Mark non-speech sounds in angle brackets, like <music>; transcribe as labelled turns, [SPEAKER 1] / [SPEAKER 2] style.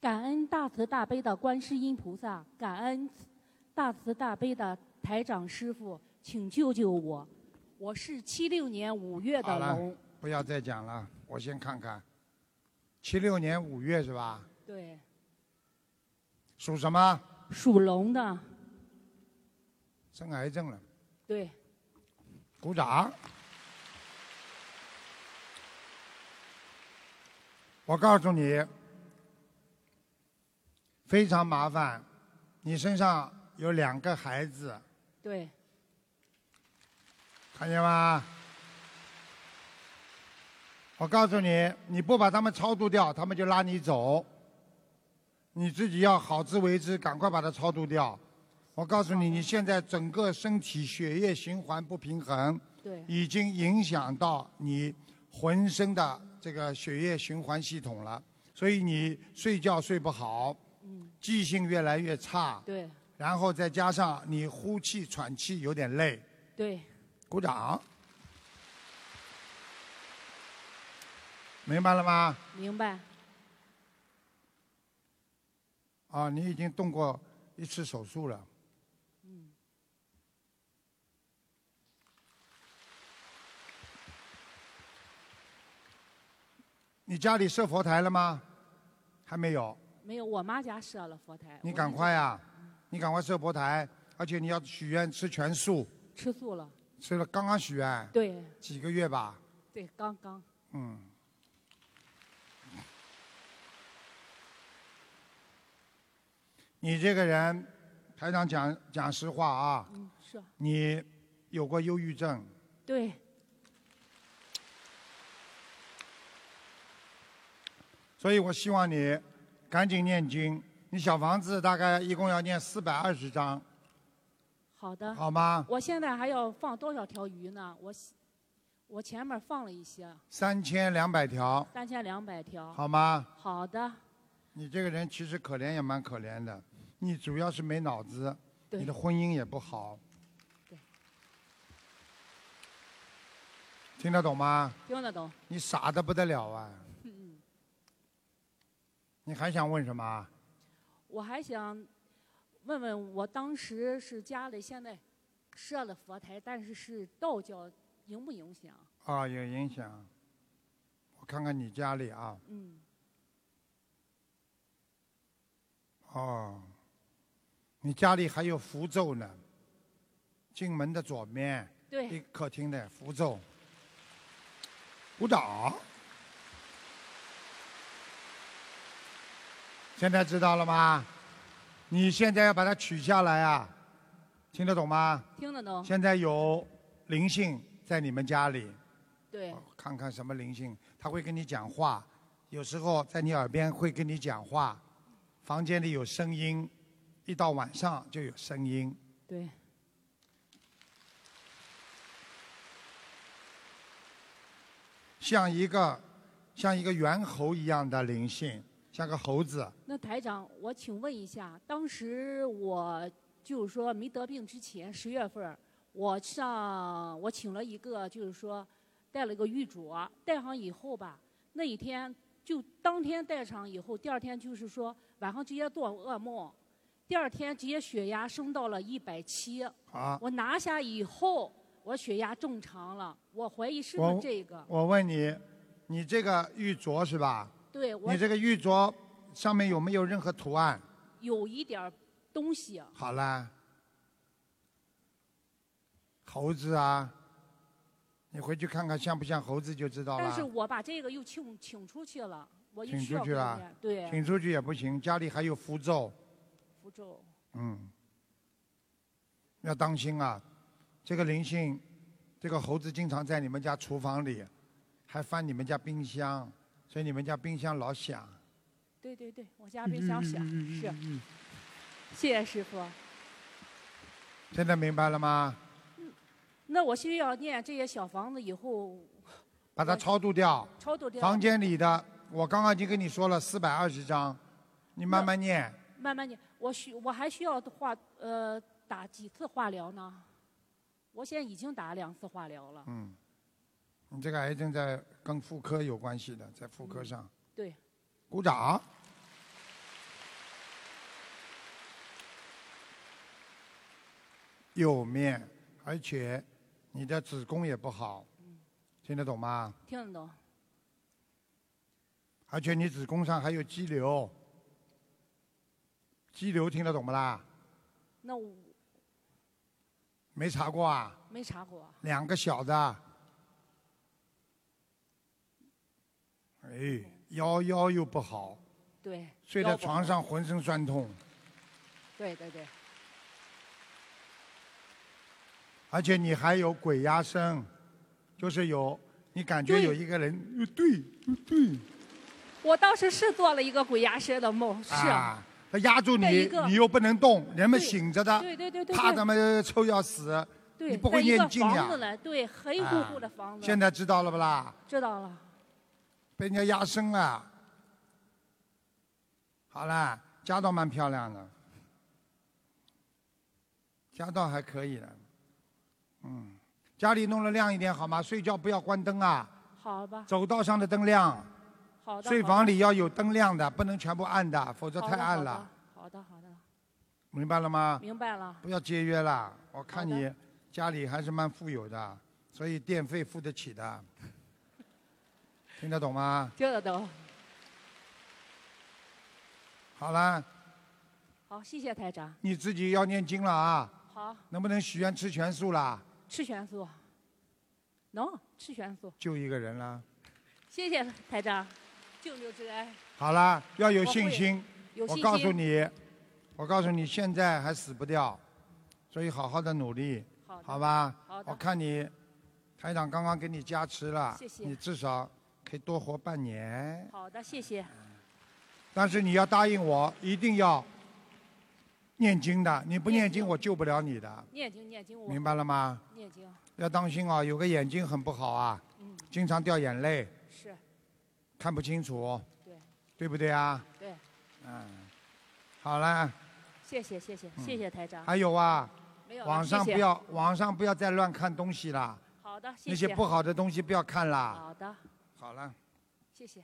[SPEAKER 1] 恩大慈大悲的观世音菩萨，感恩大慈大悲的台长师傅，请救救我！我是七六年五月的
[SPEAKER 2] 好了
[SPEAKER 1] 龙，，
[SPEAKER 2] 不要再讲了，我先看看，七六年五月是吧？
[SPEAKER 1] 对，
[SPEAKER 2] 属什么？
[SPEAKER 1] 属龙的，
[SPEAKER 2] 生癌症了，
[SPEAKER 1] 对，
[SPEAKER 2] 鼓掌。我告诉你，非常麻烦，你身上有两个孩子，
[SPEAKER 1] 对，
[SPEAKER 2] 看见吗？我告诉你，你不把他们超度掉，他们就拉你走。你自己要好自为之，赶快把它超度掉。我告诉你，你现在整个身体血液循环不平衡，
[SPEAKER 1] 对，
[SPEAKER 2] 已经影响到你浑身的这个血液循环系统了，所以你睡觉睡不好，
[SPEAKER 1] 嗯，
[SPEAKER 2] 记性越来越差，
[SPEAKER 1] 对，
[SPEAKER 2] 然后再加上你呼气喘气有点累，
[SPEAKER 1] 对，
[SPEAKER 2] 鼓掌。明白了吗？
[SPEAKER 1] 明白，
[SPEAKER 2] 啊，你已经动过一次手术了。
[SPEAKER 1] 嗯，
[SPEAKER 2] 你家里设佛台了吗？还没有，
[SPEAKER 1] 没有，我妈家设了佛台，
[SPEAKER 2] 你
[SPEAKER 1] 我
[SPEAKER 2] 赶
[SPEAKER 1] 们
[SPEAKER 2] 快啊！你赶快设佛台，而且你要许愿吃全素，
[SPEAKER 1] 吃素了，
[SPEAKER 2] 吃了刚刚许愿，
[SPEAKER 1] 对，
[SPEAKER 2] 几个月吧，
[SPEAKER 1] 对，刚刚，
[SPEAKER 2] 嗯。你这个人，台长讲讲实话啊，
[SPEAKER 1] 嗯，是，
[SPEAKER 2] 你有过忧郁症，
[SPEAKER 1] 对，
[SPEAKER 2] 所以我希望你赶紧念经。你小房子大概一共要念四百二十章，
[SPEAKER 1] 好的，
[SPEAKER 2] 好吗？
[SPEAKER 1] 我现在还要放多少条鱼呢？我洗，我前面放了一些，
[SPEAKER 2] 三千两百条，
[SPEAKER 1] 三千两百条。
[SPEAKER 2] 好吗？
[SPEAKER 1] 好的，
[SPEAKER 2] 你这个人其实可怜也蛮可怜的，你主要是没脑子，
[SPEAKER 1] 对
[SPEAKER 2] 你的婚姻也不好
[SPEAKER 1] 对。
[SPEAKER 2] 听得懂吗？
[SPEAKER 1] 听得懂。
[SPEAKER 2] 你傻的不得了啊！
[SPEAKER 1] 嗯嗯，
[SPEAKER 2] 你还想问什么啊？
[SPEAKER 1] 我还想问问，我当时是家里现在设了佛台，但是是道教，影不影响？
[SPEAKER 2] 啊，有影响。我看看你家里啊，
[SPEAKER 1] 嗯，
[SPEAKER 2] 哦，你家里还有符咒呢，进门的左面一
[SPEAKER 1] 对，
[SPEAKER 2] 个客厅的符咒，鼓掌。现在知道了吗？你现在要把它取下来啊，听得懂吗？
[SPEAKER 1] 听得懂。
[SPEAKER 2] 现在有灵性在你们家里，
[SPEAKER 1] 对，
[SPEAKER 2] 看看什么灵性，他会跟你讲话，有时候在你耳边会跟你讲话，房间里有声音，一到晚上就有声音。
[SPEAKER 1] 对，
[SPEAKER 2] 像一个像一个猿猴一样的灵性，像个猴子。
[SPEAKER 1] 那台长，我请问一下，当时我就是说没得病之前，十月份儿，我上我请了一个，就是说带了个玉镯，戴上以后吧，那一天就当天戴上以后，第二天就是说晚上直接做噩梦，第二天直接血压升到了一百七，
[SPEAKER 2] 啊，
[SPEAKER 1] 我拿下以后，我血压正常了，我怀疑是不
[SPEAKER 2] 我
[SPEAKER 1] 是这个？
[SPEAKER 2] 我问你，你这个玉镯是吧？
[SPEAKER 1] 对我
[SPEAKER 2] 你这个玉镯上面有没有任何图案？
[SPEAKER 1] 有一点儿东西，啊
[SPEAKER 2] 好啦，猴子啊，你回去看看像不像猴子就知道了。
[SPEAKER 1] 但是我把这个又请请出去了，我一
[SPEAKER 2] 请
[SPEAKER 1] 去
[SPEAKER 2] 出去了，
[SPEAKER 1] 对，
[SPEAKER 2] 请出去也不行，家里还有符咒，
[SPEAKER 1] 符咒，
[SPEAKER 2] 嗯，要当心啊！这个灵性，这个猴子经常在你们家厨房里，还翻你们家冰箱，所以你们家冰箱老响。
[SPEAKER 1] 对对对，我家冰箱
[SPEAKER 2] 嗯
[SPEAKER 1] 响，是，谢谢师傅。
[SPEAKER 2] 现在明白了吗？
[SPEAKER 1] 那我需要念这些小房子以后
[SPEAKER 2] 把它超度掉。
[SPEAKER 1] 超度掉，
[SPEAKER 2] 房间里的，我刚刚已经跟你说了，四百二十张，你慢慢念。
[SPEAKER 1] 慢慢念。我需我还需要化呃打几次化疗呢？我现在已经打了两次化疗了，
[SPEAKER 2] 嗯，你这个癌症在跟妇科有关系的，在妇科上。
[SPEAKER 1] 对，
[SPEAKER 2] 鼓掌。右面，而且你的子宫也不好，听得懂吗？
[SPEAKER 1] 听得懂？
[SPEAKER 2] 而且你子宫上还有肌瘤，肌瘤听得懂不啦？
[SPEAKER 1] 那我
[SPEAKER 2] 没查过啊，
[SPEAKER 1] 没查过啊，
[SPEAKER 2] 两个小的，哎，腰腰又不好，
[SPEAKER 1] 对，
[SPEAKER 2] 睡
[SPEAKER 1] 腰
[SPEAKER 2] 在
[SPEAKER 1] 不
[SPEAKER 2] 床
[SPEAKER 1] 好，
[SPEAKER 2] 上浑身酸痛，
[SPEAKER 1] 对对对，
[SPEAKER 2] 而且你还有鬼压身，就是有你感觉
[SPEAKER 1] 对
[SPEAKER 2] 有一个人，呃对呃对，
[SPEAKER 1] 我当时是做了一个鬼压身的梦，是，
[SPEAKER 2] 啊，他压住
[SPEAKER 1] 在一
[SPEAKER 2] 你
[SPEAKER 1] 个，
[SPEAKER 2] 你又不能动，人们
[SPEAKER 1] 对
[SPEAKER 2] 醒着的，
[SPEAKER 1] 对对对对
[SPEAKER 2] 怕
[SPEAKER 1] 对
[SPEAKER 2] 他们臭要死，
[SPEAKER 1] 对，
[SPEAKER 2] 你不
[SPEAKER 1] 在
[SPEAKER 2] 会
[SPEAKER 1] 一
[SPEAKER 2] 念
[SPEAKER 1] 个
[SPEAKER 2] 经呀啊
[SPEAKER 1] 房子？呢，对，黑乎乎的房子，
[SPEAKER 2] 现在知道了不啦？
[SPEAKER 1] 知道了，
[SPEAKER 2] 被人家压身啊！好啦，家道蛮漂亮的，家道还可以的，嗯，家里弄得亮一点好吗？睡觉不要关灯啊，
[SPEAKER 1] 好吧，
[SPEAKER 2] 走道上的灯亮，
[SPEAKER 1] 好的，
[SPEAKER 2] 睡
[SPEAKER 1] 好
[SPEAKER 2] 房
[SPEAKER 1] 的
[SPEAKER 2] 里要有灯亮的，不能全部暗的，否则太暗了，，
[SPEAKER 1] 好的好的好的，好
[SPEAKER 2] 明白了吗
[SPEAKER 1] 的？明白
[SPEAKER 2] <laughs>
[SPEAKER 1] 了，
[SPEAKER 2] 不要节约啦，我看
[SPEAKER 1] 好
[SPEAKER 2] 你家里还是蛮富有的，所以电费付得起的，听得懂吗？
[SPEAKER 1] 听得懂，
[SPEAKER 2] 好了，
[SPEAKER 1] 好，谢谢台长，
[SPEAKER 2] 你自己要念经了啊。
[SPEAKER 1] 好，
[SPEAKER 2] 能不能许愿吃全素啦？
[SPEAKER 1] 吃全素，能吃全素，
[SPEAKER 2] 救一个人啦！
[SPEAKER 1] 谢谢台长，救命之恩，
[SPEAKER 2] 好啦，要有信心。
[SPEAKER 1] 有
[SPEAKER 2] 我
[SPEAKER 1] 信
[SPEAKER 2] 告诉
[SPEAKER 1] 心，
[SPEAKER 2] 你，我告诉你，现在还死不掉，所以好好的努力，
[SPEAKER 1] 好的
[SPEAKER 2] 好吧？
[SPEAKER 1] 好
[SPEAKER 2] 我
[SPEAKER 1] 的，
[SPEAKER 2] 看你，台长刚刚给你加持了，
[SPEAKER 1] 谢谢
[SPEAKER 2] 你至少可以多活半年。
[SPEAKER 1] 好的，谢谢，
[SPEAKER 2] 但是你要答应我，一定要念经的，你不念
[SPEAKER 1] 念
[SPEAKER 2] 经
[SPEAKER 1] 经
[SPEAKER 2] 我救不了你的，
[SPEAKER 1] 念经念经，我
[SPEAKER 2] 明白了吗？
[SPEAKER 1] 念经，
[SPEAKER 2] 要当心啊，有个眼睛很不好啊，
[SPEAKER 1] 嗯，
[SPEAKER 2] 经常掉眼泪，
[SPEAKER 1] 是，
[SPEAKER 2] 看不清楚，
[SPEAKER 1] 对
[SPEAKER 2] 对不对啊？
[SPEAKER 1] 对，
[SPEAKER 2] 嗯，好了，
[SPEAKER 1] 谢谢谢谢谢谢台长，
[SPEAKER 2] 嗯还有啊，
[SPEAKER 1] 没有了，
[SPEAKER 2] 网上
[SPEAKER 1] 谢
[SPEAKER 2] 不
[SPEAKER 1] 谢，
[SPEAKER 2] 要网上不要再乱看东西啦，
[SPEAKER 1] 好的，谢
[SPEAKER 2] 那些
[SPEAKER 1] 谢，
[SPEAKER 2] 不好的东西不要看啦。
[SPEAKER 1] 好的，
[SPEAKER 2] 好了。
[SPEAKER 1] 谢谢。